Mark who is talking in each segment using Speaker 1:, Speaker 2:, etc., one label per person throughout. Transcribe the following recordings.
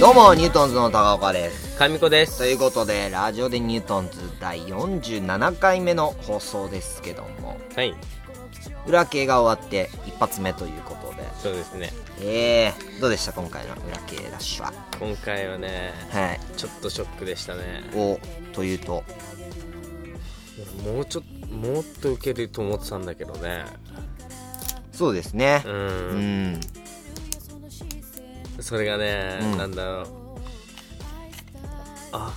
Speaker 1: どうも、ニュートンズの高岡です。
Speaker 2: 神子で
Speaker 1: と
Speaker 2: す。
Speaker 1: いうことで、ラジオでニュートンズ第47回目の放送ですけども、
Speaker 2: はい、
Speaker 1: 裏系が終わって一発目ということ
Speaker 2: そうですね。
Speaker 1: で、えー、どうでした今回の裏系ラッシュは。
Speaker 2: 今回はね、
Speaker 1: はい。
Speaker 2: ちょっとショックでしたね。
Speaker 1: お、というと、
Speaker 2: もうちょっと、もっと受けると思ってたんだけどね。
Speaker 1: そうですね
Speaker 2: う。、
Speaker 1: うんん。
Speaker 2: それがね、
Speaker 1: うん
Speaker 2: なんだろう。あ、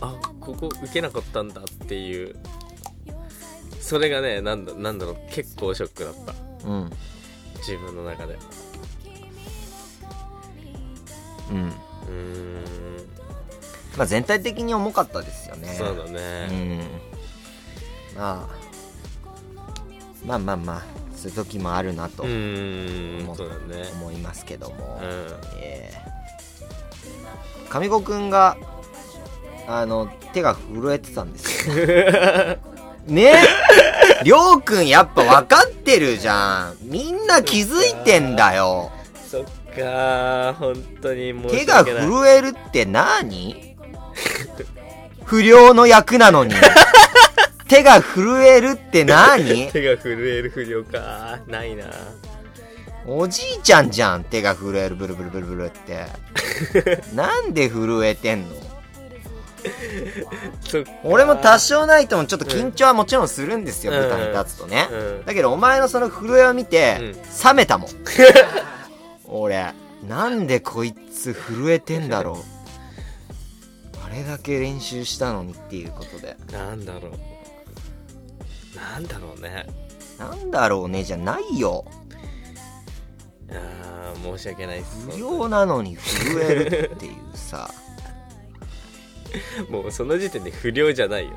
Speaker 2: あ、ここ受けなかったんだっていう。それがね、なんだ、なんだろう、結構ショックだった。
Speaker 1: うん。
Speaker 2: 自分の中で。
Speaker 1: うん。
Speaker 2: うーん、
Speaker 1: まあ全体的に重かったですよね。
Speaker 2: そうだ
Speaker 1: う
Speaker 2: ね。
Speaker 1: ん。まあ、まあまあまあ、そういう時もあるなと
Speaker 2: うーん、そうだね。
Speaker 1: 思いますけども。
Speaker 2: うん。
Speaker 1: えー、上子くんがあの手が震えてたんですよねりょうくんやっぱ分かってるじゃんみんな気づいてんだよ
Speaker 2: そっかー、本当にもう。
Speaker 1: 手が震えるって何不良の役なのに手が震えるって何
Speaker 2: 手が震える不良かー。ないなー。
Speaker 1: おじいちゃんじゃん手が震えるブルブルブルブルってなんで震えてんの
Speaker 2: そっかー
Speaker 1: 俺も多少ないともちょっと緊張はもちろんするんですよ、
Speaker 2: うん
Speaker 1: 舞台に立つとね、
Speaker 2: うん
Speaker 1: だけどお前のその震えを見て、
Speaker 2: うん
Speaker 1: 冷め たもん俺なんでこいつ震えてんだろうあれだけ練習したのにっていうことで
Speaker 2: なんだろう。なんだろうね。
Speaker 1: なんだろうねじゃないよ
Speaker 2: あー、申し訳ないっす。
Speaker 1: 不良なのに震えるっていうさ
Speaker 2: もうその時点で不良じゃないよね。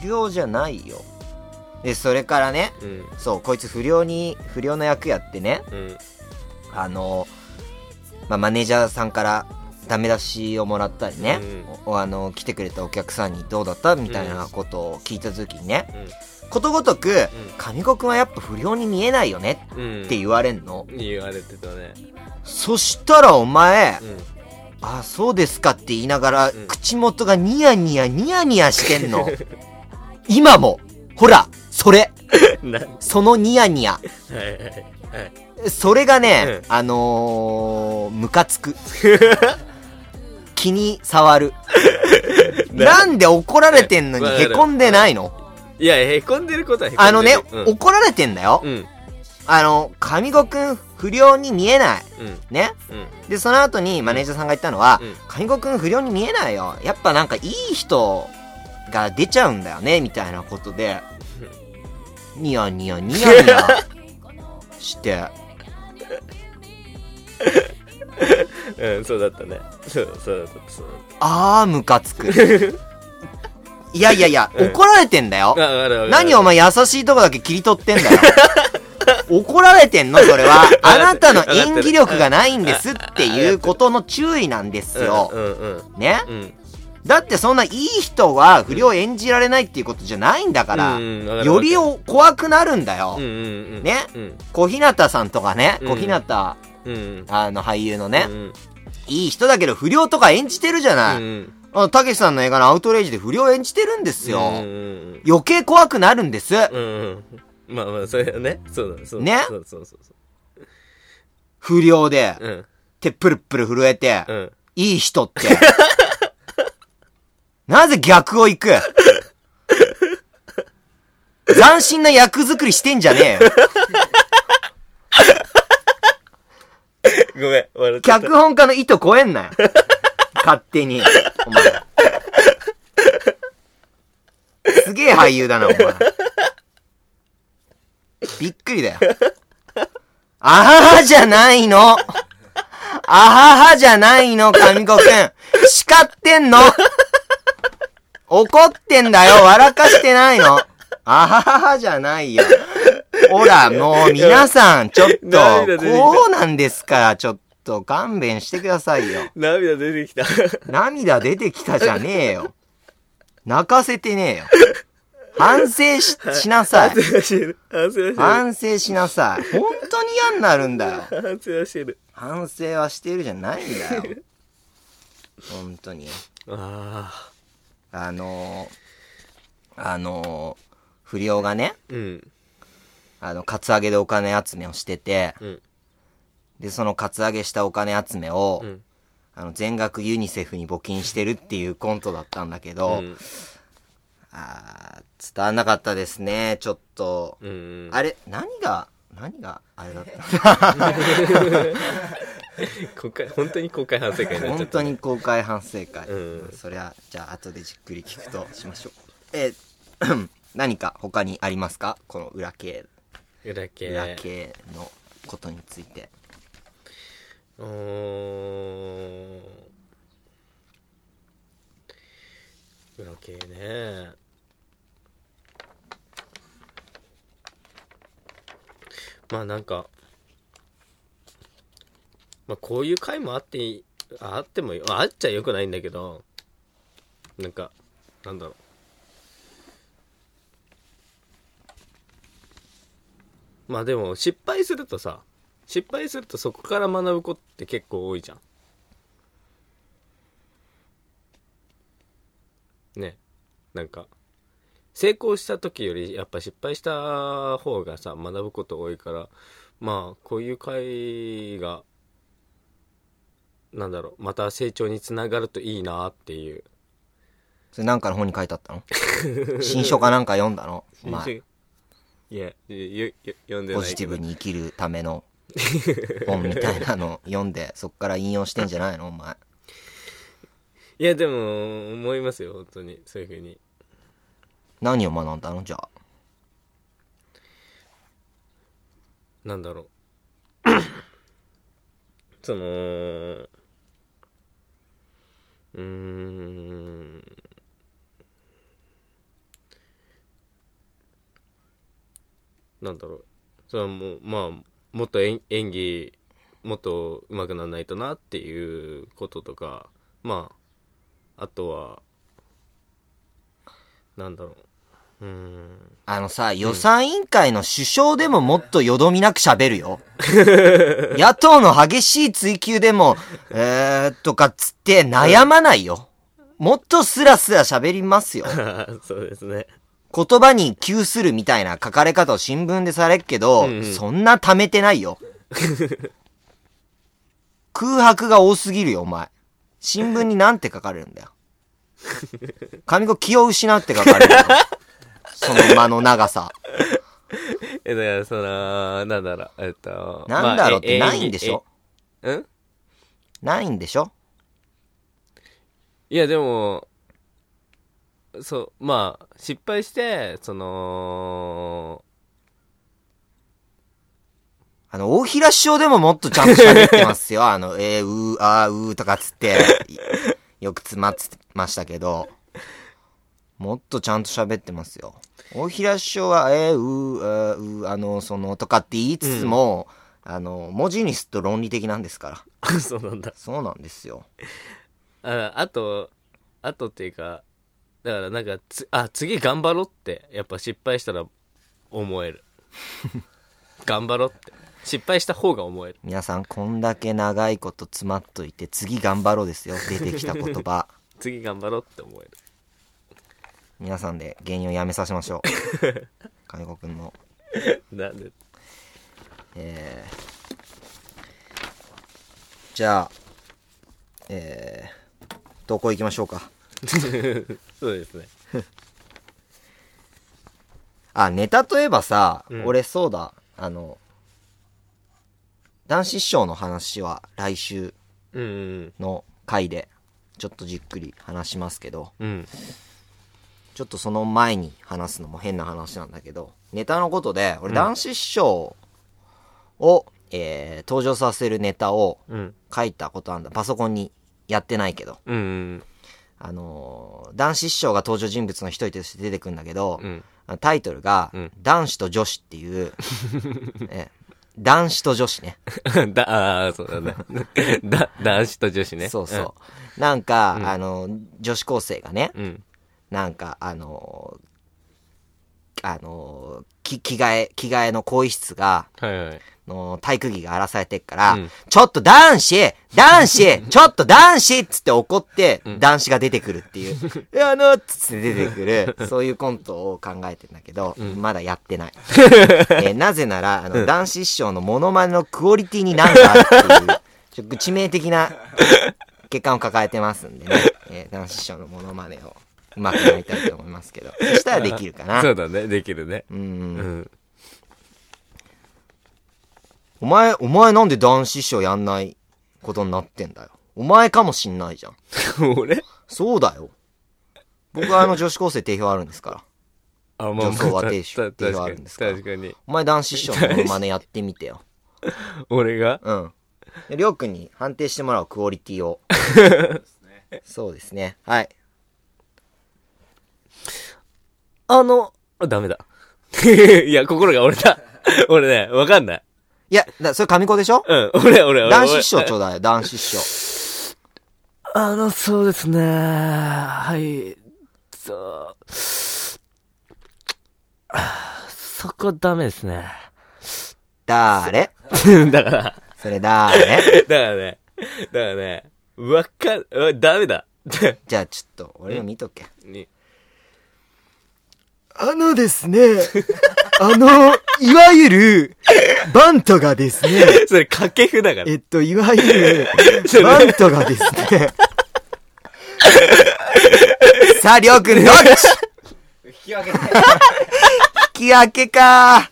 Speaker 1: 不良じゃないよでそれからね
Speaker 2: うん。
Speaker 1: そうこいつ不良に不良の役やってね
Speaker 2: うん。
Speaker 1: あの、まあ、マネージャーさんからダメ出しをもらったりね、おあの来てくれたお客さんにどうだったみたいなことを聞いた時にね、ことごとく「上子くんはやっぱ不良に見えないよね」
Speaker 2: うん。うん。
Speaker 1: って言われんの、
Speaker 2: 言われてたね。
Speaker 1: そしたらお前
Speaker 2: うん。
Speaker 1: 「あそうですか」って言いながら、
Speaker 2: ん
Speaker 1: 口元がニヤニヤニヤニヤしてんの今もほらそれ
Speaker 2: な、は
Speaker 1: そのニヤニヤ
Speaker 2: いはいはい。
Speaker 1: それがね、
Speaker 2: う
Speaker 1: あのー、ムカつく。気に触る。なんで怒られてんのに
Speaker 2: わか
Speaker 1: へ
Speaker 2: る
Speaker 1: こんでないの
Speaker 2: いや、へこんでることはへこんでる。
Speaker 1: あのね、
Speaker 2: うん。
Speaker 1: 怒られてんだよ。
Speaker 2: うん。
Speaker 1: あの、神子くん不良に見えない。
Speaker 2: うん。
Speaker 1: ね。
Speaker 2: うん。
Speaker 1: で、その後にマネージャーさんが言ったのは、
Speaker 2: うん
Speaker 1: 神子くん不良に見えないよ。やっぱなんかいい人が出ちゃうんだよね、みたいなことで、ニヤニヤニヤニヤして、
Speaker 2: うん、そうだったね。そう、そうだった。そうだっ
Speaker 1: あー、ムカつ く。いやいやいや、
Speaker 2: うん
Speaker 1: 怒られてんだよ
Speaker 2: た。。あわかるわかる
Speaker 1: 何お前優しいとこだけ切り取ってん だよ。怒られてんのそれは。あなたの演技力がないんですっていうことの注意なんです
Speaker 2: う
Speaker 1: よ。
Speaker 2: んうん
Speaker 1: ね
Speaker 2: うんうん
Speaker 1: だってそんないい人は不良を演じられないっていうことじゃないんだから、
Speaker 2: うんうんわかる
Speaker 1: よりお怖くなるんだよ
Speaker 2: うん。うんうん
Speaker 1: ね
Speaker 2: うん
Speaker 1: 小日向さんとかね、
Speaker 2: うん
Speaker 1: 小日向、あ
Speaker 2: うん
Speaker 1: の俳優の
Speaker 2: ね
Speaker 1: ね、いい人だけど不良とか演じてるじゃ
Speaker 2: う
Speaker 1: ない。
Speaker 2: ん
Speaker 1: あの、たけしさんの映画のアウトレイジで不良演じてるんですよ。
Speaker 2: うんうん
Speaker 1: 余計怖くなるんです。
Speaker 2: うんうんまあまあそれはねそうだそうだ
Speaker 1: ね
Speaker 2: そうそうそうそ
Speaker 1: 不良で、
Speaker 2: ううん
Speaker 1: 手プルプル震えて、
Speaker 2: うん
Speaker 1: いい人って。 なぜ逆を行 く斬新な役作りしてんじゃねえよ。
Speaker 2: ごめん笑っちゃった
Speaker 1: 脚本家の意図超えんなよ。勝手に。お前。すげえ俳優だな、お前。びっくりだよ。あははじゃないのあははじゃないの、神子くん。叱ってんの怒ってんだよ、笑かしてないの。あははじゃないよ。ほら、もう皆さん、ちょっと、こうなんですから、ちょっと勘弁してくださいよ。
Speaker 2: 涙出てきた
Speaker 1: 涙出てきたじゃねえよ。泣かせてねえよ。反省ししなさい。
Speaker 2: 反省してる反省してる
Speaker 1: 反省しなさい。本当に嫌になるんだよ。
Speaker 2: 反省してる
Speaker 1: 反省はしてるじゃないんだよ。本当に。
Speaker 2: あ
Speaker 1: あのーあのー不良がね、
Speaker 2: あうん
Speaker 1: あの、カツアゲでお金集めをしてて、
Speaker 2: うん
Speaker 1: で、そのカツアゲしたお金集めを、
Speaker 2: うん
Speaker 1: あの、全額ユニセフに募金してるっていうコントだったんだけ
Speaker 2: う
Speaker 1: ど、
Speaker 2: ん
Speaker 1: あー伝わんなかったですね、ちょっと。
Speaker 2: うん
Speaker 1: あれ、何が、何があれだった
Speaker 2: 公開本当に公開反省 会になっちゃ
Speaker 1: 本
Speaker 2: った
Speaker 1: 当に公開反省会、
Speaker 2: うん
Speaker 1: そりゃじゃあ後でじっくり聞くとしましょうえ ー何か他にありますかこの裏系
Speaker 2: 裏系
Speaker 1: 裏系のことについて
Speaker 2: うーん裏系ねまあなんかまあこういう回もあっていいああってもいいまああっちゃよくないんだけどなんかなんだろうまあでも失敗するとさ失敗するとそこから学ぶことって結構多いじゃんねなんか成功した時よりやっぱ失敗した方がさ学ぶこと多いからまあこういう会がなんだろうまた成長につながるといいなっていう
Speaker 1: それなんかの本に書いてあ ったの新書かなんか読んだの、まあ、
Speaker 2: いやよよ読んでないけど
Speaker 1: ポジティブに生きるための本みたいなの読んでそっから引用してんじゃないのお前
Speaker 2: いやでも思いますよ本当にそういうふうに
Speaker 1: 何を学んだのじゃあ
Speaker 2: なんだろうそのうーんなんだろうそれはもうまあもっと演演技もっと上手くならないとなっていうこととかまああとはなんだろううーん
Speaker 1: あのさ、予算委員会の首相でももっとよどみなく喋る よ。野党の激しい追及でも、えー、とかっつって悩まないよ。もっとスラスラ喋りますよ。
Speaker 2: そうですね
Speaker 1: 言葉に窮するみたいな書かれ方を新聞でされっけど、
Speaker 2: うんうん
Speaker 1: そんな溜めてない よ。空白が多すぎるよ、お前。新聞になんて書かれるんだよ。上子気を失うって書かれる よ。その間の長さ。
Speaker 2: え、だから、その、なんだろう、えっと、
Speaker 1: なんだろうってないんでしょ、
Speaker 2: まあええん
Speaker 1: ないんでしょ
Speaker 2: いや、でも、そう、まあ、失敗して、その、
Speaker 1: あの、大平師匠でももっとちゃんと喋ってますよ。あの、えー、うー、あー、うーとかっつって、いよく詰まってましたけど、もっとちゃんと喋ってますよ。大平師匠は、えー、うー、あー、うー、あの、その、とかって言いつつも、あの、文字にすると論理的なんですから。
Speaker 2: そうなんだ。
Speaker 1: そうなんですよ。
Speaker 2: ああと、あとっていうか、だからなんかつ、あ、次頑張ろうって、やっぱ失敗したら思える。 頑張ろうって。失敗した方が思える。
Speaker 1: 皆さん、こんだけ長いこと詰まっといて、次頑張ろうですよ。出てきた言葉。
Speaker 2: 次頑張ろうって思える。
Speaker 1: 皆さんで原因をやめさせましょう。金子くんの。
Speaker 2: なんで、
Speaker 1: えーじゃあ、えー、投稿行きましょうか。
Speaker 2: そうですね。
Speaker 1: あ、ネタといえばさ、
Speaker 2: うん
Speaker 1: 俺そうだ、あの、男子師匠の話は来週
Speaker 2: うんうん
Speaker 1: の回で、ちょっとじっくり話しますけど、
Speaker 2: うん。うん。
Speaker 1: ちょっとその前に話すのも変な話なんだけど、ネタのことで、俺男子師匠を、えー登場させるネタを
Speaker 2: うん。
Speaker 1: 書いたことあんだ。パソコンにやってないけど。
Speaker 2: うんうん。
Speaker 1: あのー男子師匠が登場人物の一人として出てくるんだけど、
Speaker 2: うん。
Speaker 1: あのタイトルが、
Speaker 2: うん
Speaker 1: 男子と女子って いう、ええ男子と女子ね。
Speaker 2: だ、ああ、そうだね。 だ、男子と女子ね。
Speaker 1: そうそう。なんか、あの、女子高生がね、
Speaker 2: うん。
Speaker 1: なんか、あのーあのーき着替え、着替えの更衣室が、
Speaker 2: はいはい。
Speaker 1: の体育着が荒らされてっから、
Speaker 2: うん
Speaker 1: ちょっと男子男子ちょっと男子っつって怒って、男子が出てくるって いう。え、あのっつって出てくる。そういうコントを考えてんだけど、まだやって ない。えーなぜなら、あの、男子師匠のモノマネのクオリティに何かある っていう、ちょっと致命的な欠陥を抱えてますんでね、えー男子師匠のモノマネをうまくやりたいと思いますけど、そしたらできるかな。
Speaker 2: そうだね、できるね。 うんん。
Speaker 1: お前、お前なんで男子師匠やんないことになってんだよ。お前かもしんないじゃん。
Speaker 2: 俺
Speaker 1: そうだよ。僕はあの女子高生定評あるんですから。
Speaker 2: あ、
Speaker 1: 女装は亭主
Speaker 2: た
Speaker 1: っていう
Speaker 2: 確
Speaker 1: のがあ
Speaker 2: か
Speaker 1: るん
Speaker 2: に、
Speaker 1: ですから
Speaker 2: 確かに。
Speaker 1: お前男子師匠のモノマネやってみてよ。
Speaker 2: 俺が
Speaker 1: うん。でりょうくんに判定してもらうクオリティを。そうですね。はい。
Speaker 2: あの、ダメだ。 いや、心が折れた。 俺ね、わかんない。
Speaker 1: いや、だそれ神子でしょ
Speaker 2: うん、俺、俺、俺。
Speaker 1: 男子師匠
Speaker 2: 俺
Speaker 1: ちょうだいよ、男子師匠。
Speaker 2: あの、そうですね。はい。そう。 そこダメですね。
Speaker 1: だーれ
Speaker 2: だから、
Speaker 1: それだーれ
Speaker 2: だからね、だからね、わかん、うわダメだ。
Speaker 1: じゃあちょっと、俺の見とけ。
Speaker 2: に
Speaker 1: あのですね、あの、いわゆる、バントがですね、
Speaker 2: それ、掛け譜だから。
Speaker 1: っと、いわゆる
Speaker 2: それ
Speaker 1: ントがですね。さあ、りょうくん、どっち
Speaker 3: 引き分けて。
Speaker 1: 引き分けか。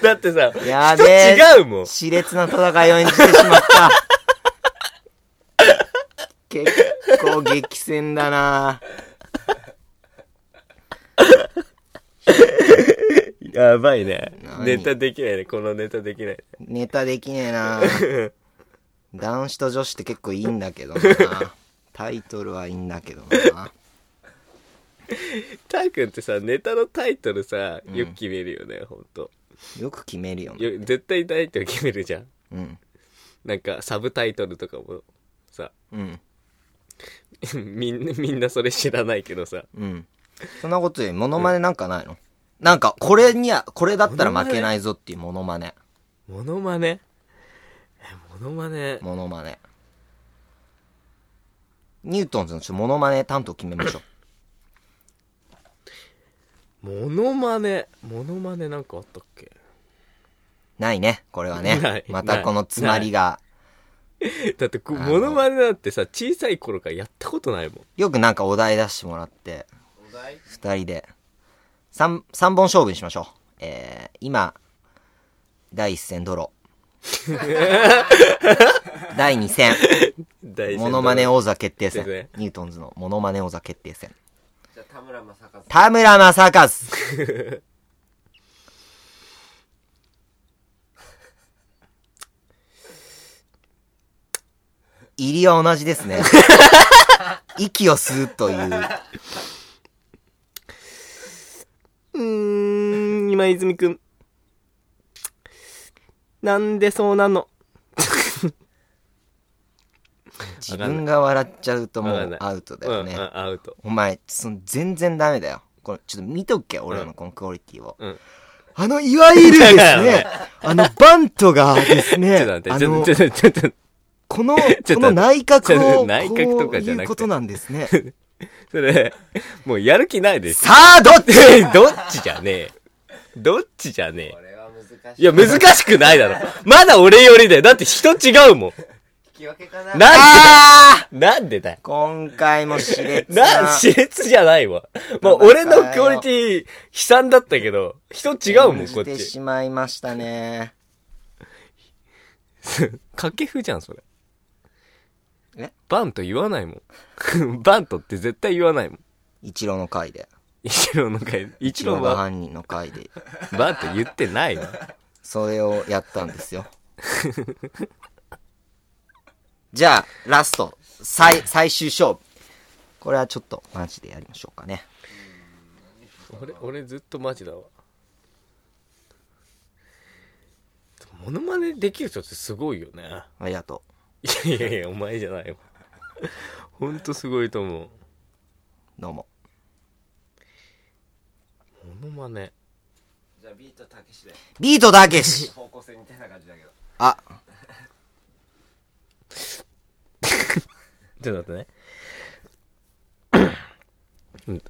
Speaker 2: だってさ、
Speaker 1: や
Speaker 2: 人
Speaker 1: べえ。
Speaker 2: 違うもん。
Speaker 1: 熾烈な戦いを演じてしまった。結構激戦だな
Speaker 2: やばいね。
Speaker 1: 何
Speaker 2: ネタできないね。このネタできない。
Speaker 1: ネタできねえ な男子と女子って結構いいんだけどなタイトルはいいんだけどな
Speaker 2: タイ君ってさ、ネタのタイトルさ、よく決めるよね、ほんと。
Speaker 1: よく決めるよね。
Speaker 2: よ絶対タイトル決めるじゃん。
Speaker 1: うん。
Speaker 2: なんか、サブタイトルとかもさ、
Speaker 1: うん。
Speaker 2: みんな、みんなそれ知らないけどさ。
Speaker 1: うん。そんなことより、モノマネなんかないの、なんか、これには、これだったら負けないぞっていうモノマネ。
Speaker 2: モノマネえ、モノマネ。
Speaker 1: モノマネ。ニュートンズのちょっとモノマネ担当決めましょう。
Speaker 2: モノマネ。モノマネなんかあったっけ
Speaker 1: ないね、これは
Speaker 2: ない
Speaker 1: ね。またこの詰まりが。
Speaker 2: だってこ、
Speaker 1: あの
Speaker 2: モノマネなんてさ、小さい頃からやったことないもん。
Speaker 1: よくなんかお題出してもらって、
Speaker 3: お題
Speaker 1: 二人で。三、三本勝負にしましょう。えー、今、第一戦ドロー。第二戦、
Speaker 2: 大事な
Speaker 1: モノマネ。王座決定
Speaker 2: ですね
Speaker 1: 戦。ニュートンズのモノマネ王座決定戦。
Speaker 3: じゃあ田村正和さ
Speaker 1: 田村正 和。入りは同じですね。息を吸うという。
Speaker 2: うーん、今泉くん。なんでそうなの
Speaker 1: 自分が笑っちゃうとも
Speaker 2: わかんな
Speaker 1: う
Speaker 2: い
Speaker 1: アウトだよね
Speaker 2: うん。あアウト。
Speaker 1: お前、その全然ダメだよ。これ、ちょっと見とけ、俺のこのクオリティを。
Speaker 2: うん
Speaker 1: あの、いわゆるです
Speaker 2: だからね
Speaker 1: ね、あの、バントがですね、
Speaker 2: ちょっと
Speaker 1: あ
Speaker 2: 待
Speaker 1: の
Speaker 2: って、ちょっと、ちょっと、ちょっと、
Speaker 1: この、
Speaker 2: ちょっと
Speaker 1: この内
Speaker 2: ちょっ
Speaker 1: 閣
Speaker 2: と
Speaker 1: を、
Speaker 2: 内閣とかじゃなくて
Speaker 1: こういうことなんです ね。
Speaker 2: それ、もうやる気ないです。
Speaker 1: さあ、どっ ち
Speaker 2: どっちじゃねえ。どっちじゃねえ
Speaker 3: ん。こ。れは難しい。
Speaker 2: いや、難しくないだろ。まだ俺よりだよ。だって人違うも。
Speaker 3: 引き分けかなん
Speaker 2: なんでなんでだよ。
Speaker 1: 今回も熾烈な。
Speaker 2: なん、熾烈じゃないわ。ま
Speaker 1: 戦
Speaker 2: あ、
Speaker 1: いを
Speaker 2: 俺のクオリティ、悲惨だったけど、人違うもん、こっ
Speaker 1: して
Speaker 2: ち。
Speaker 1: しまいましたね。
Speaker 2: 掛け風じゃん、それ。
Speaker 1: え
Speaker 2: バント言わないもん。 バントって絶対言わないもん。
Speaker 1: 一郎の回で。
Speaker 2: 一郎の回、一
Speaker 1: 一
Speaker 2: 郎
Speaker 1: 郎が
Speaker 2: は
Speaker 1: 犯人の回で、
Speaker 2: バント言ってないわ。
Speaker 1: それをやったんですよ。 じゃあ、ラスト。最、最終勝負。これはちょっとマジでやりましょうかね。
Speaker 2: 俺、俺ずっとマジだわ。モノマネできる人ってすごいよね。
Speaker 1: ありがと
Speaker 2: いやいやいや、お前じゃないわ。ほんとすごいと思う。
Speaker 1: う。どうも。
Speaker 2: モノマネ。
Speaker 3: じじゃあビートたけしで
Speaker 1: ビートたけし。
Speaker 3: 方向性みたいな感じだけど
Speaker 1: あ、
Speaker 2: ちょっと待ってね。うん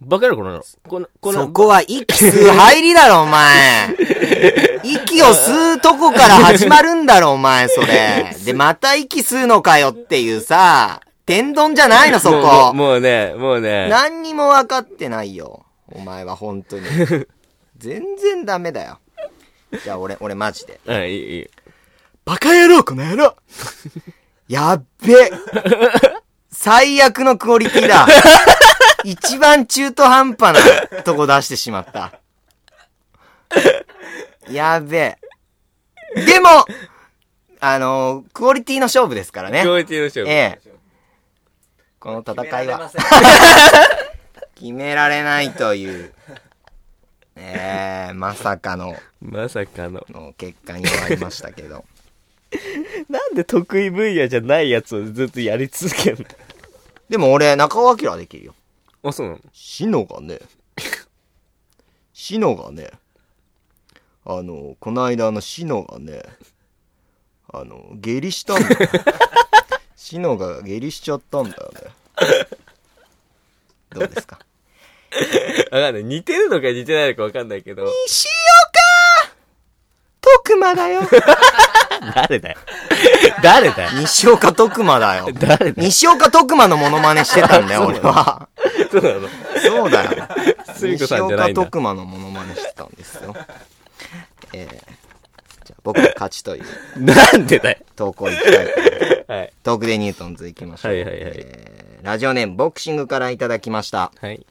Speaker 2: バカやろ、この野郎この、こ
Speaker 1: そ
Speaker 2: の、
Speaker 1: こは息吸う入りだろ、お 前。息を吸うとこから始まるんだろ、お前、それ。で、また息吸うのかよっていうさ、天丼じゃないの、そ
Speaker 2: もう
Speaker 1: こ。
Speaker 2: もうね、もうね。
Speaker 1: 何にも分かってないよ。お前は本 当に。全然ダメだよ。じゃあ、俺、俺マジで。
Speaker 2: うん、いい、いい。
Speaker 1: バカ野郎、この野郎やっべえ最悪のクオリティだ一番中途半端なとこ出してしまった。やべえ。でも、あのクオリティの勝負ですからね
Speaker 2: ク。オリティの勝負。
Speaker 1: ええ。この戦い
Speaker 3: 決められま
Speaker 1: は
Speaker 3: せん
Speaker 1: 決められないという、ええまさかの
Speaker 2: まさかの。
Speaker 1: の結果に終わりましたけど。
Speaker 2: なんで得意分野じゃないやつをずっとやり続けるの
Speaker 1: でも俺、中尾明できるよ。
Speaker 2: あ、そうなの
Speaker 1: シノがね、シノがね、あの、この間あのシノがね、あの、下痢したんだよ。シノが下痢しちゃったんだよね。どうですか
Speaker 2: わかんない。似てるのか似てないのかわかんないけど。
Speaker 1: 西岡徳馬だよ。
Speaker 2: 誰 だよ。誰 だよ。
Speaker 1: 西岡徳馬だよ。
Speaker 2: 誰だよ。
Speaker 1: 西岡徳馬のモノマネしてたんだよ、俺は。
Speaker 2: そうなの。
Speaker 1: そうだ よ。
Speaker 2: すみこさんじゃないん
Speaker 1: 西岡
Speaker 2: だ。
Speaker 1: 徳馬のモノマネしてたんですよ。えー、じゃあ僕の勝ちという
Speaker 2: なんでだよ。
Speaker 1: 投稿いきたいと思います。
Speaker 2: はい。
Speaker 1: トークでニュートンズいきましょう。
Speaker 2: はいはいはい
Speaker 1: えーラジオネームボクシングからいただきました。
Speaker 2: はい。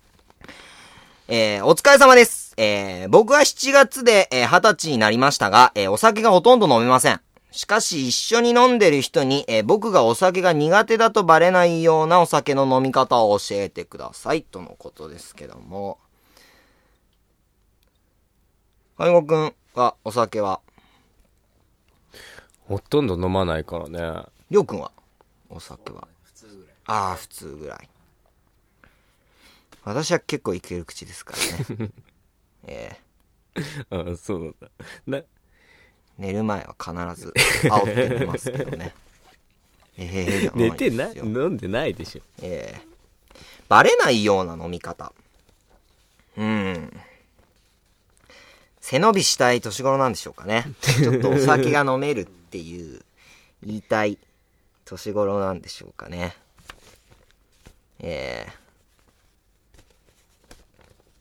Speaker 1: えーお疲れ様です。えー僕は7月で、えー20歳になりましたが、えーお酒がほとんど飲めません。しかし、一緒に飲んでる人に、えー僕がお酒が苦手だとバレないようなお酒の飲み方を教えてください。とのことですけども。海ゴくんは、お酒は、
Speaker 2: ほとんど飲まないからね。
Speaker 1: りょうくんは、お酒は。
Speaker 3: 普通ぐらい
Speaker 1: ああ、普通ぐらい。私は結構いける口ですから ね。ええ
Speaker 2: うん、そうなんだ。な、
Speaker 1: 寝る前は必ず煽って寝ますけどね。ええじゃ
Speaker 2: 寝て
Speaker 1: な
Speaker 2: ないい、
Speaker 1: ですよ
Speaker 2: 飲んでないでしょ。
Speaker 1: ええバレないような飲み方。うん。背伸びしたい年頃なんでしょうかね。ちょっとお酒が飲めるっていう、言いたい年頃なんでしょうかね。ええ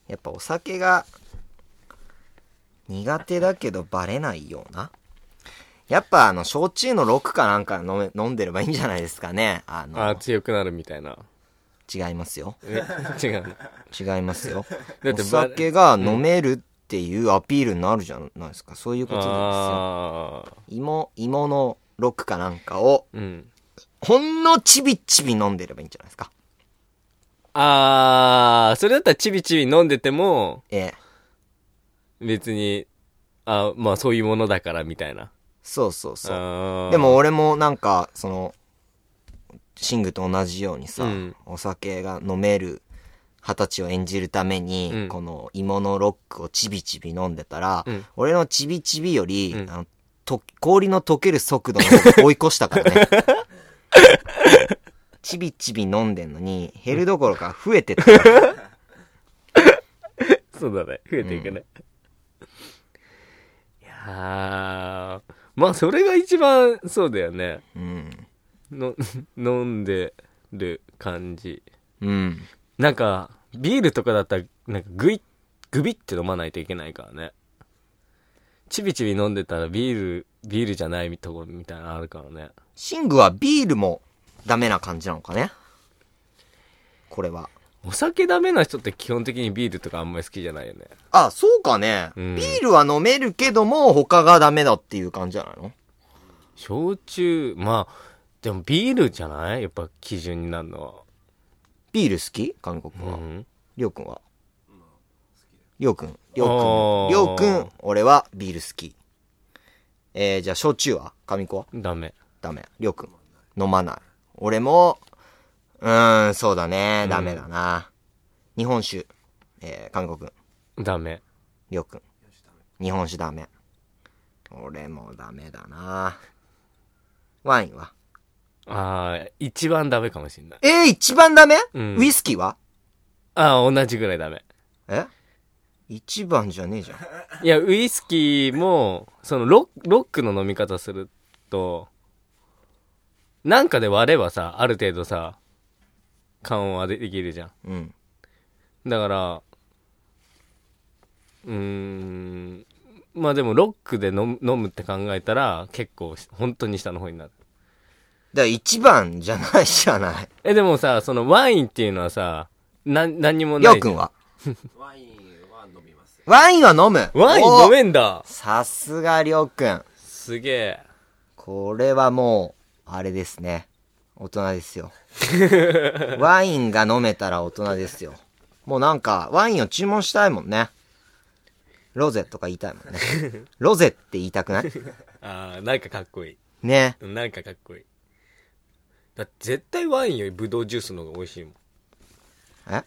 Speaker 1: やっぱお酒が苦手だけどバレないような。やっぱあの、焼酎のロックかなんか飲め飲んでればいいんじゃないですかね。あの、
Speaker 2: あー強くなるみたいな。
Speaker 1: 違いますよ。
Speaker 2: ね、違うの。
Speaker 1: 違いますよ。
Speaker 2: だっ
Speaker 1: お
Speaker 2: てば
Speaker 1: 酒が飲めるっていうアピールになるじゃないですか。そういうことですよ。
Speaker 2: ああ。
Speaker 1: 芋、芋のロックかなんかを、
Speaker 2: うん。
Speaker 1: ほんのちびちび飲んでればいいんじゃないですか。
Speaker 2: あー、それだったらちびちび飲んでても、
Speaker 1: ええ。
Speaker 2: 別に、あまあそういうものだからみたいな。
Speaker 1: そうそうそう。
Speaker 2: あー
Speaker 1: で、も俺もなんか、その、シングと同じようにさ、
Speaker 2: うん
Speaker 1: お酒が飲める二十歳を演じるために、
Speaker 2: うん
Speaker 1: この芋のロックをちびちび飲んでたら、
Speaker 2: うん
Speaker 1: 俺のちびちびより、
Speaker 2: うん
Speaker 1: あのと氷の溶ける速度の方が追い越したから ね。ちびちび飲んでんのに、減るどころか増えてた。
Speaker 2: そうだね。増えていくね。いやー、まあそれが一番そうだよね。
Speaker 1: うん。
Speaker 2: の飲んでる感じ。
Speaker 1: うん。
Speaker 2: なんか、ビールとかだったら、なんかグイッ、グビって飲まないといけないからね。ちびちび飲んでたらビール、ビールじゃないとこみたいなのあるからね。
Speaker 1: シングはビールもダメな感じなのかねこれは。
Speaker 2: お酒ダメな人って基本的にビールとかあんまり好きじゃないよね。
Speaker 1: あ、そうかね、
Speaker 2: うん
Speaker 1: ビールは飲めるけども、他がダメだっていう感じじゃないの
Speaker 2: 焼酎、まあ、でもビールじゃないやっぱ基準になるの
Speaker 1: ビール好き韓国
Speaker 2: は。
Speaker 1: は。
Speaker 2: ん。
Speaker 1: りょうくんはりょうくん。り
Speaker 2: あ
Speaker 1: ょうくん。
Speaker 2: ー
Speaker 1: りょうくん、俺はビール好き。えー、じゃあ、焼酎は神子は
Speaker 2: ダメ。
Speaker 1: ダメ。りょうくん。飲まない。俺も、うーん、そうだね。ダメだな。日本酒。えー、韓国君、
Speaker 2: ダメ。
Speaker 1: りょうくん。日本酒ダメ。俺もダメだなワインは
Speaker 2: ああ、一番ダメかもしんない。
Speaker 1: えー、一番ダメ、
Speaker 2: うん
Speaker 1: ウイスキーは
Speaker 2: ああ、同じぐらいダメ。
Speaker 1: え一番じゃねえじゃん。
Speaker 2: いや、ウイスキーも、そのロッ、ロックの飲み方すると、なんかで割ればさ、ある程度さ、緩和でできるじゃん。
Speaker 1: うん。
Speaker 2: だから、うーん、まあでもロックで飲む飲むって考えたら、結構、本当に下の方になる。
Speaker 1: だから一番じゃないじゃない。
Speaker 2: え、でもさ、そのワインっていうのはさ、なん、何にも
Speaker 1: り
Speaker 2: な
Speaker 1: ょ
Speaker 2: い。
Speaker 1: うくんは
Speaker 3: ワインは飲みますよ。
Speaker 1: ワインは飲む
Speaker 2: ワイン
Speaker 1: お
Speaker 2: 飲めんだ
Speaker 1: さすがりょうくん。
Speaker 2: すげえ。
Speaker 1: これはもう、あれですね。大人です よ。ワインが飲めたら大人ですよ。もうなんか、ワインを注文したいもんね。ロゼとか言いたいもんね。 ロゼって言いたくない
Speaker 2: あーなんかかっこいい。
Speaker 1: ね。
Speaker 2: うんなんかかっこいい。だって絶対ワインよりブドウジュースの方が美味しいもん。
Speaker 1: え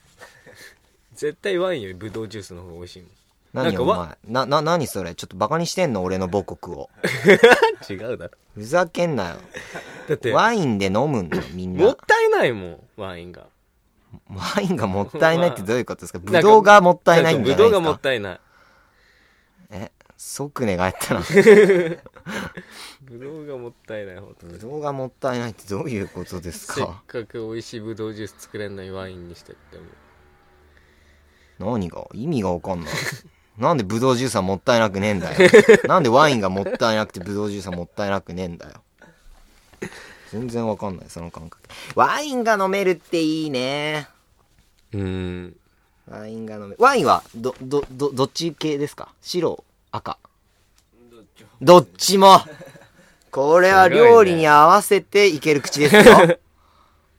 Speaker 2: 絶対ワインよりブドウジュースの方が美味しいもん。
Speaker 1: 何お
Speaker 2: なんか
Speaker 1: 前。な、な、何それちょっとバカにしてんの俺の母国 を。
Speaker 2: 違うだろ。
Speaker 1: ふざけんなよ。
Speaker 2: だって、
Speaker 1: ワインで飲むんだよ、みん
Speaker 2: も
Speaker 1: な。
Speaker 2: ったいないもん、ワインが。
Speaker 1: ワインがもったいないってどういうことです か
Speaker 2: んか
Speaker 1: ブドウがもったいないんじゃ
Speaker 2: ブ
Speaker 1: ない
Speaker 2: ドウ
Speaker 1: で
Speaker 2: が
Speaker 1: す
Speaker 2: もっ
Speaker 1: か
Speaker 2: たいない。
Speaker 1: え、即寝返った な。
Speaker 2: ブドウがもったいない、ほんとに
Speaker 1: ブドウがもったいないってどういうことです
Speaker 2: せっ
Speaker 1: か
Speaker 2: かく美味しいブドウジュース作れないワインにしてっても。
Speaker 1: 何が意味がわかんない。なんでブドウジュースはもったいなくねえんだ よ。なんでワインがもったいなくてブドウジュースはもったいなくねえんだよ。全然わかんない、その感覚。ワインが飲めるっていいね。
Speaker 2: うーん。
Speaker 1: ワインが飲め、ワインは、ど、ど、ど、どっち系ですか白、赤。
Speaker 3: どっちも
Speaker 1: どっちも。これは料理に合わせていける口ですよ。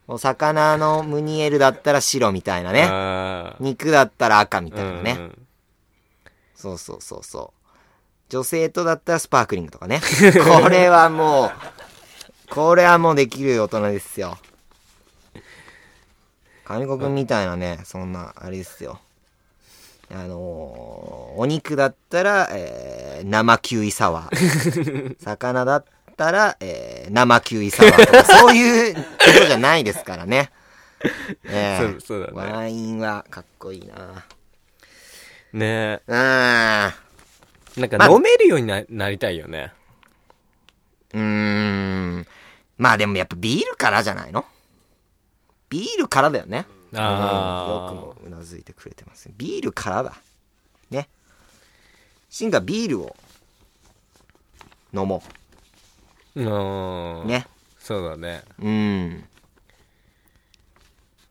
Speaker 1: お魚のムニエルだったら白みたいなね。
Speaker 2: あ
Speaker 1: 肉だったら赤み
Speaker 2: ー
Speaker 1: たいな
Speaker 2: うんう
Speaker 1: ね。
Speaker 2: ん
Speaker 1: そうそうそうそう。女性とだったらスパークリングとかね。 これはもう、これはもうできる大人ですよ。神子くんみたいなね、そんな、あれですよ。あのーお肉だったら、えー生キウイサワー。 魚だったら、えー生キウイサワーとか、そういうことじゃないですから ね。えー
Speaker 2: そうそうだね
Speaker 1: ワインはかっこいいな
Speaker 2: ね
Speaker 1: あー
Speaker 2: え。なんか飲めるようにななりたいよね。
Speaker 1: うーん。まあでもやっぱビールからじゃないのビールからだよね。
Speaker 2: ああ。
Speaker 1: うんよくもうなずいてくれてますね。ビールからだ。ね。シンがビールを飲も
Speaker 2: う
Speaker 1: う。
Speaker 2: ん。。
Speaker 1: ね。
Speaker 2: そうだね。
Speaker 1: うん。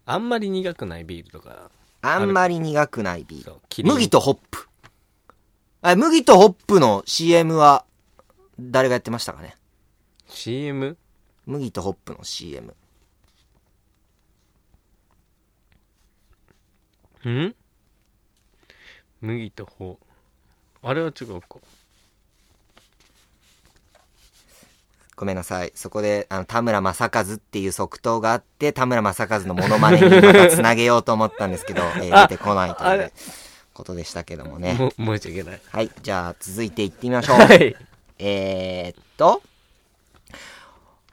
Speaker 2: あんまり苦くないビールとか。
Speaker 1: あんまり苦くないビー
Speaker 2: そうキ
Speaker 1: ル。
Speaker 2: リン
Speaker 1: 麦とホップ。あ麦とホップの CM は誰がやってましたかね
Speaker 2: CM?
Speaker 1: 麦とホップの CM。
Speaker 2: ん麦とほう。あれは違うか。
Speaker 1: ごめんなさい。そこで、あの、田村正和っていう即答があって、田村正和のモノマネにまた繋げようと思ったんですけど、えー
Speaker 2: あ
Speaker 1: 出てこないと
Speaker 2: あ
Speaker 1: いう
Speaker 2: れ
Speaker 1: ことでしたけどもね。
Speaker 2: も、申し訳ない。
Speaker 1: はい。じゃあ、続いていってみましょ う。
Speaker 2: はい。
Speaker 1: えーっと、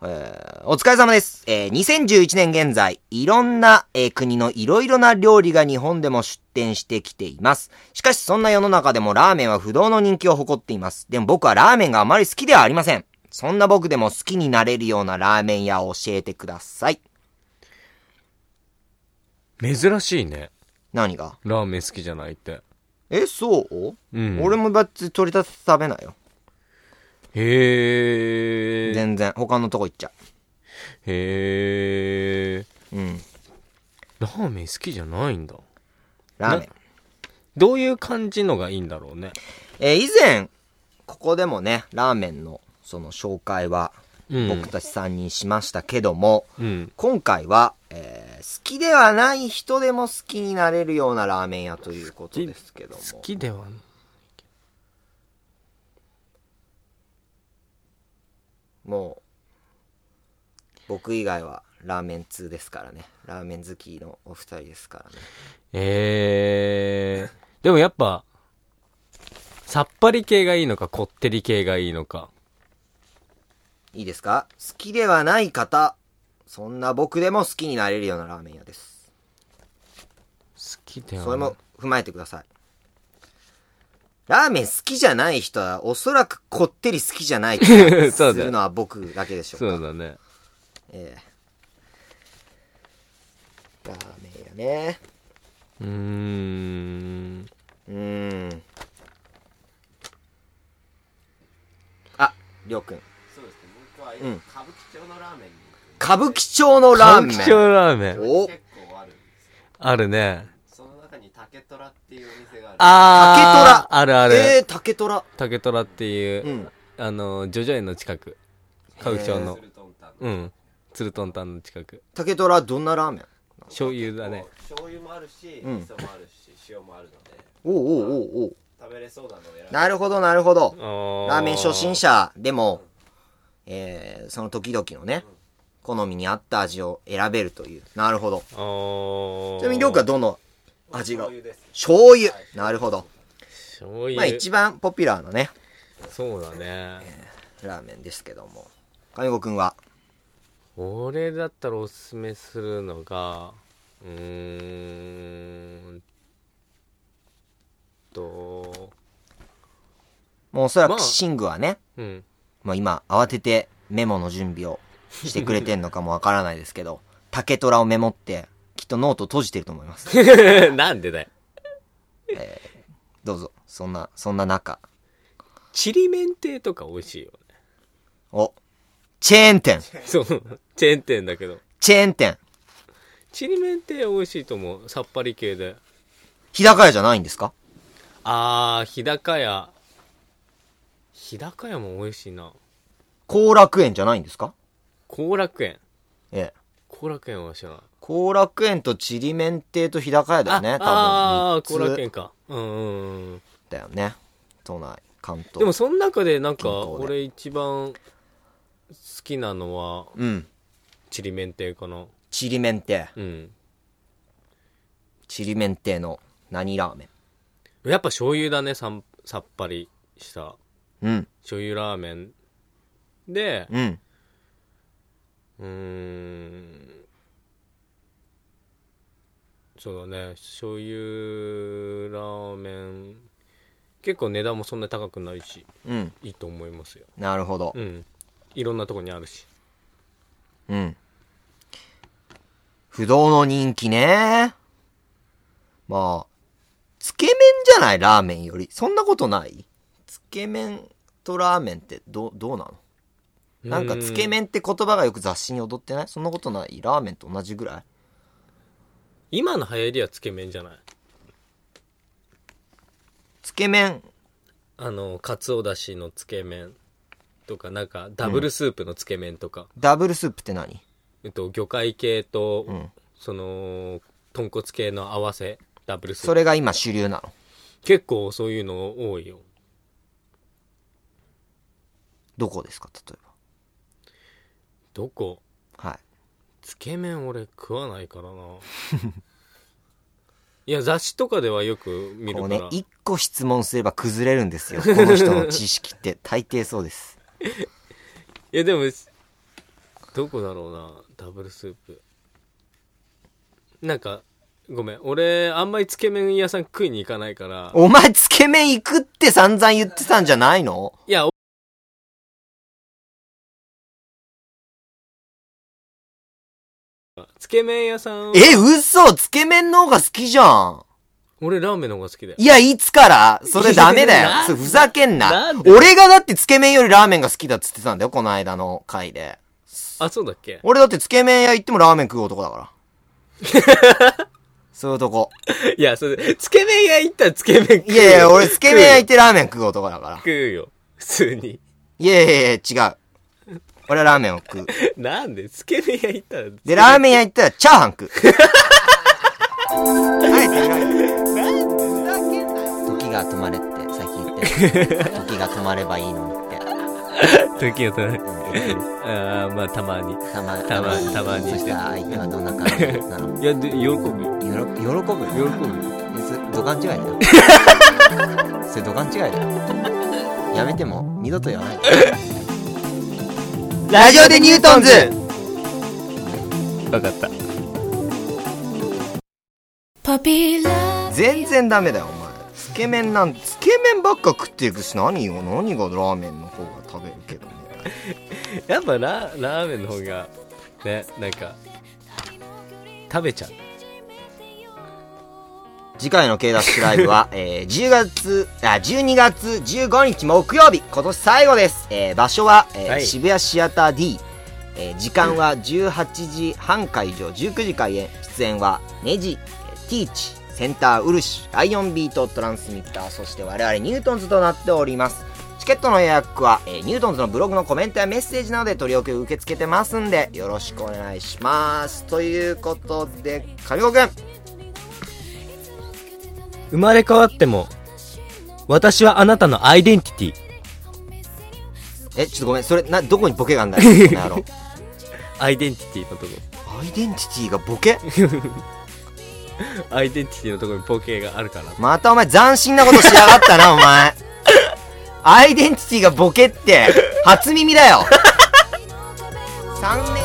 Speaker 1: えーお疲れ様です。えー2011年現在、いろんな、えー国のいろいろな料理が日本でも出店してきています。しかしそんな世の中でもラーメンは不動の人気を誇っています。でも僕はラーメンがあまり好きではありません。そんな僕でも好きになれるようなラーメン屋を教えてください。
Speaker 2: 珍しいね。
Speaker 1: 何が
Speaker 2: ラーメン好きじゃないって。
Speaker 1: え、そう、
Speaker 2: うん。
Speaker 1: 俺もバッチ取り立て食べないよ。
Speaker 2: へえ。
Speaker 1: 全然。他のとこ行っちゃ
Speaker 2: へえ。
Speaker 1: う。うん。
Speaker 2: ラーメン好きじゃないんだ。
Speaker 1: ラーメン。
Speaker 2: どういう感じのがいいんだろうね。
Speaker 1: えー以前、ここでもね、ラーメンのその紹介は
Speaker 2: うん
Speaker 1: 僕たち3人しましたけども、
Speaker 2: うん。
Speaker 1: 今回は、えー好きではない人でも好きになれるようなラーメン屋ということですけども。
Speaker 2: 好きでは
Speaker 1: もう、僕以外はラーメン通ですからね。ラーメン好きのお二人ですからね。
Speaker 2: えー、でもやっぱ、さっぱり系がいいのか、こってり系がいいのか。
Speaker 1: いいですか好きではない方、そんな僕でも好きになれるようなラーメン屋です。
Speaker 2: 好きでは
Speaker 1: それも踏まえてください。ラーメン好きじゃない人は、おそらくこってり好きじゃない気がす
Speaker 2: そうだよ
Speaker 1: るのは僕だけでしょうか。
Speaker 2: そうだね。
Speaker 1: ええラーメンやね。
Speaker 2: うーん。
Speaker 1: うーん。あ、りょうくん。
Speaker 3: そうですね。僕は
Speaker 1: うん
Speaker 3: 今歌舞伎町のラーメンに
Speaker 1: 歌舞伎町のラーメン。
Speaker 2: 歌舞伎町ラーメン。
Speaker 1: お
Speaker 3: 結構あるんですよ。
Speaker 2: あるね。
Speaker 3: その中に竹虎っていうお店がある。
Speaker 2: あー。
Speaker 1: 竹
Speaker 2: あるある。
Speaker 1: えー、竹虎。
Speaker 2: 竹虎っていう、
Speaker 1: うん
Speaker 2: あの、ジョジョ園の近く。歌舞伎町の
Speaker 3: す。るとんたんの。
Speaker 2: うん。鶴トンタンの近く。
Speaker 1: 竹虎はどんなラーメン
Speaker 2: 醤油だね
Speaker 3: こ。う醤油もあるし、
Speaker 1: うん
Speaker 3: 味噌もあるし、塩もあるので、
Speaker 1: おうおうおうおう
Speaker 3: 食べれそうなのを選んで。
Speaker 1: なるほど、なるほど。ラ
Speaker 2: ラ
Speaker 1: ーメン初心。者でも、えー、その時々のね、好みに合った味を選べるという。なるほど。
Speaker 2: あー
Speaker 1: ちなみに、りょうくんはどの味が
Speaker 3: 醤油です。
Speaker 1: 醤油。なるほど。
Speaker 2: 醤油。
Speaker 1: まあ一番ポピュラーなね、
Speaker 2: そうだね。
Speaker 1: ラーメンですけども。上子くんは、
Speaker 2: 俺だったらおすすめするのがうーんと
Speaker 1: もうおそら
Speaker 2: まあ
Speaker 1: くシングはね、
Speaker 2: うん
Speaker 1: もう今慌ててメモの準備をしてくれてんのかもわからないですけど、竹虎をメモって、きっとノート閉じてると思います。
Speaker 2: なんでだよ
Speaker 1: どうぞ。そんな、そんな中。
Speaker 2: ちりめん亭とか美味しいよ
Speaker 1: お、チェーン店。
Speaker 2: ねそうチェーン店だけど
Speaker 1: チェーン店。
Speaker 2: ちりめん亭美味しいと思うさっぱり系で
Speaker 1: 日高屋じゃないんですか
Speaker 2: あー日高屋日高屋も美味しいな
Speaker 1: 後楽園じゃないんですか
Speaker 2: 後楽園
Speaker 1: ええ。
Speaker 2: 後楽園は知らない
Speaker 1: 後楽園とちりめん亭と日高屋だよね。
Speaker 2: ああー
Speaker 1: 多
Speaker 2: 後
Speaker 1: 分。
Speaker 2: 楽園かうんうんうん
Speaker 1: だよね。都内、関東。
Speaker 2: でもその中でなんか
Speaker 1: 均等で
Speaker 2: 俺一番好きなのは
Speaker 1: うん。
Speaker 2: ちりめん亭かな
Speaker 1: ちりめん亭。
Speaker 2: うん
Speaker 1: ちりめん亭の何ラーメ
Speaker 2: やっぱ醤油だねさんさっぱりした
Speaker 1: ン。うん。
Speaker 2: 醤油ラーメンで
Speaker 1: うん。
Speaker 2: うーんそうだね醤油ラーメン結構値段もそんなに高くないし
Speaker 1: うん。
Speaker 2: いいと思いますよ
Speaker 1: なるほど
Speaker 2: う。んいろんなとこにあるし
Speaker 1: うん。不動の人気ね。まあ、つけ麺じゃないラーメンより。そんなことないつけ麺とラーメンってど、どうなのなんかつけ
Speaker 2: うん
Speaker 1: 麺って言葉がよく雑誌に踊ってないそんなことないラーメンと同じぐらい
Speaker 2: 今の流行りはつけ麺じゃない
Speaker 1: つけ麺。
Speaker 2: あの、かつおだしのつけ麺とか、なんか、ダブルスープのつけ麺とか、
Speaker 1: ダブルスープって何
Speaker 2: えっと、魚介系と、
Speaker 1: うん
Speaker 2: その、豚骨系の合わせ、ダブルスー
Speaker 1: そ
Speaker 2: プ。
Speaker 1: れが今主流なの。
Speaker 2: 結構そういうの多いよ。
Speaker 1: どこですか例え
Speaker 2: どこ
Speaker 1: ば。はい。
Speaker 2: つけ麺俺食わないからな。 いや、雑誌とかではよく見
Speaker 1: こ
Speaker 2: る
Speaker 1: う
Speaker 2: か
Speaker 1: ね
Speaker 2: ら。、
Speaker 1: 一個質問すれば崩れるんですよ。この人の知識って大抵そう です。
Speaker 2: いや、でも、どこだろうな、ダブルスープ。なんか、ごめん。俺、あんまりつけ麺屋さん食いに行かないから。
Speaker 1: お前、つけ麺行くって散々言ってたんじゃないの
Speaker 2: いや、つけ麺屋さんは
Speaker 1: え、嘘つけ麺の方が好きじゃん
Speaker 2: 俺ラーメンの方が好きだよ。
Speaker 1: いや、いつからそれダメだよ
Speaker 2: なん
Speaker 1: それふざけん
Speaker 2: な
Speaker 1: なん
Speaker 2: で
Speaker 1: 俺がだってつけ麺よりラーメンが好きだっつってたんだよ、この間の回で。
Speaker 2: あ、そうだっけ
Speaker 1: 俺だってつけ麺屋行ってもラーメン食う男だから。 そういうとこ。
Speaker 2: いや、それ、つけ麺屋行ったらつけ麺食う
Speaker 1: い
Speaker 2: よ。
Speaker 1: やいや、俺つけ麺屋行っ
Speaker 2: って
Speaker 1: ラーメン食う男だから。
Speaker 2: 食うよ。普通に。
Speaker 1: いやいやいや、違う。俺はラーメンを食う。
Speaker 2: なんで、つけ麺屋行ったら。
Speaker 1: で、ラーメン屋行ったらチャーハン 食う。はい、時が止まれって、最近言ってる。時が止まればいいのにって。
Speaker 2: 時々ね。 あーまあ、たまに。
Speaker 1: たま
Speaker 2: たまたまに
Speaker 1: そしたら相手はどんな感じなの
Speaker 2: いや、で、喜ぶよ。
Speaker 1: 喜喜ぶよ
Speaker 2: 喜ぶよ。
Speaker 1: えそれ土管違いだよそれ土管違いだよやめても二度と言わないラジオでニュートンズ
Speaker 2: わかった。
Speaker 4: Puppy love.
Speaker 1: 全然ダメだよお前つけ麺なんつけ麺ばっか食っていくし何よ何がラーメンの方が食べるけどね
Speaker 2: やっぱララーメンの方が、ね、なんか、食べちゃう。
Speaker 1: 次回の K ダッシュライブは、えー、10月、あ、12月15日木曜日、今年最後です。えー、場所は、えー
Speaker 2: はい
Speaker 1: 渋谷シアター D。えー、時間は18時半会場、19時開演。出演は、ネジ、えーティーチ、センター漆、ライオンビート、トランスミッター、そして我々ニュートンズとなっております。チケットの予約は、えーニュートンズのブログのコメントやメッセージなどで取り置き受け付けてますんで、よろしくお願いします。ということで、神子くん
Speaker 2: 生まれ変わっても、私はあなたのアイデンティティ。
Speaker 1: え、ちょっとごめん、それ、な、どこにボケがあんだよ、この野郎
Speaker 2: アイデンティティのとこ。
Speaker 1: アイデンティティがボケ
Speaker 2: アイデンティティのとこにボケがあるから。
Speaker 1: またお前斬新なことしやがったな、お前。アイデンティティがボケって、初耳だよ。3年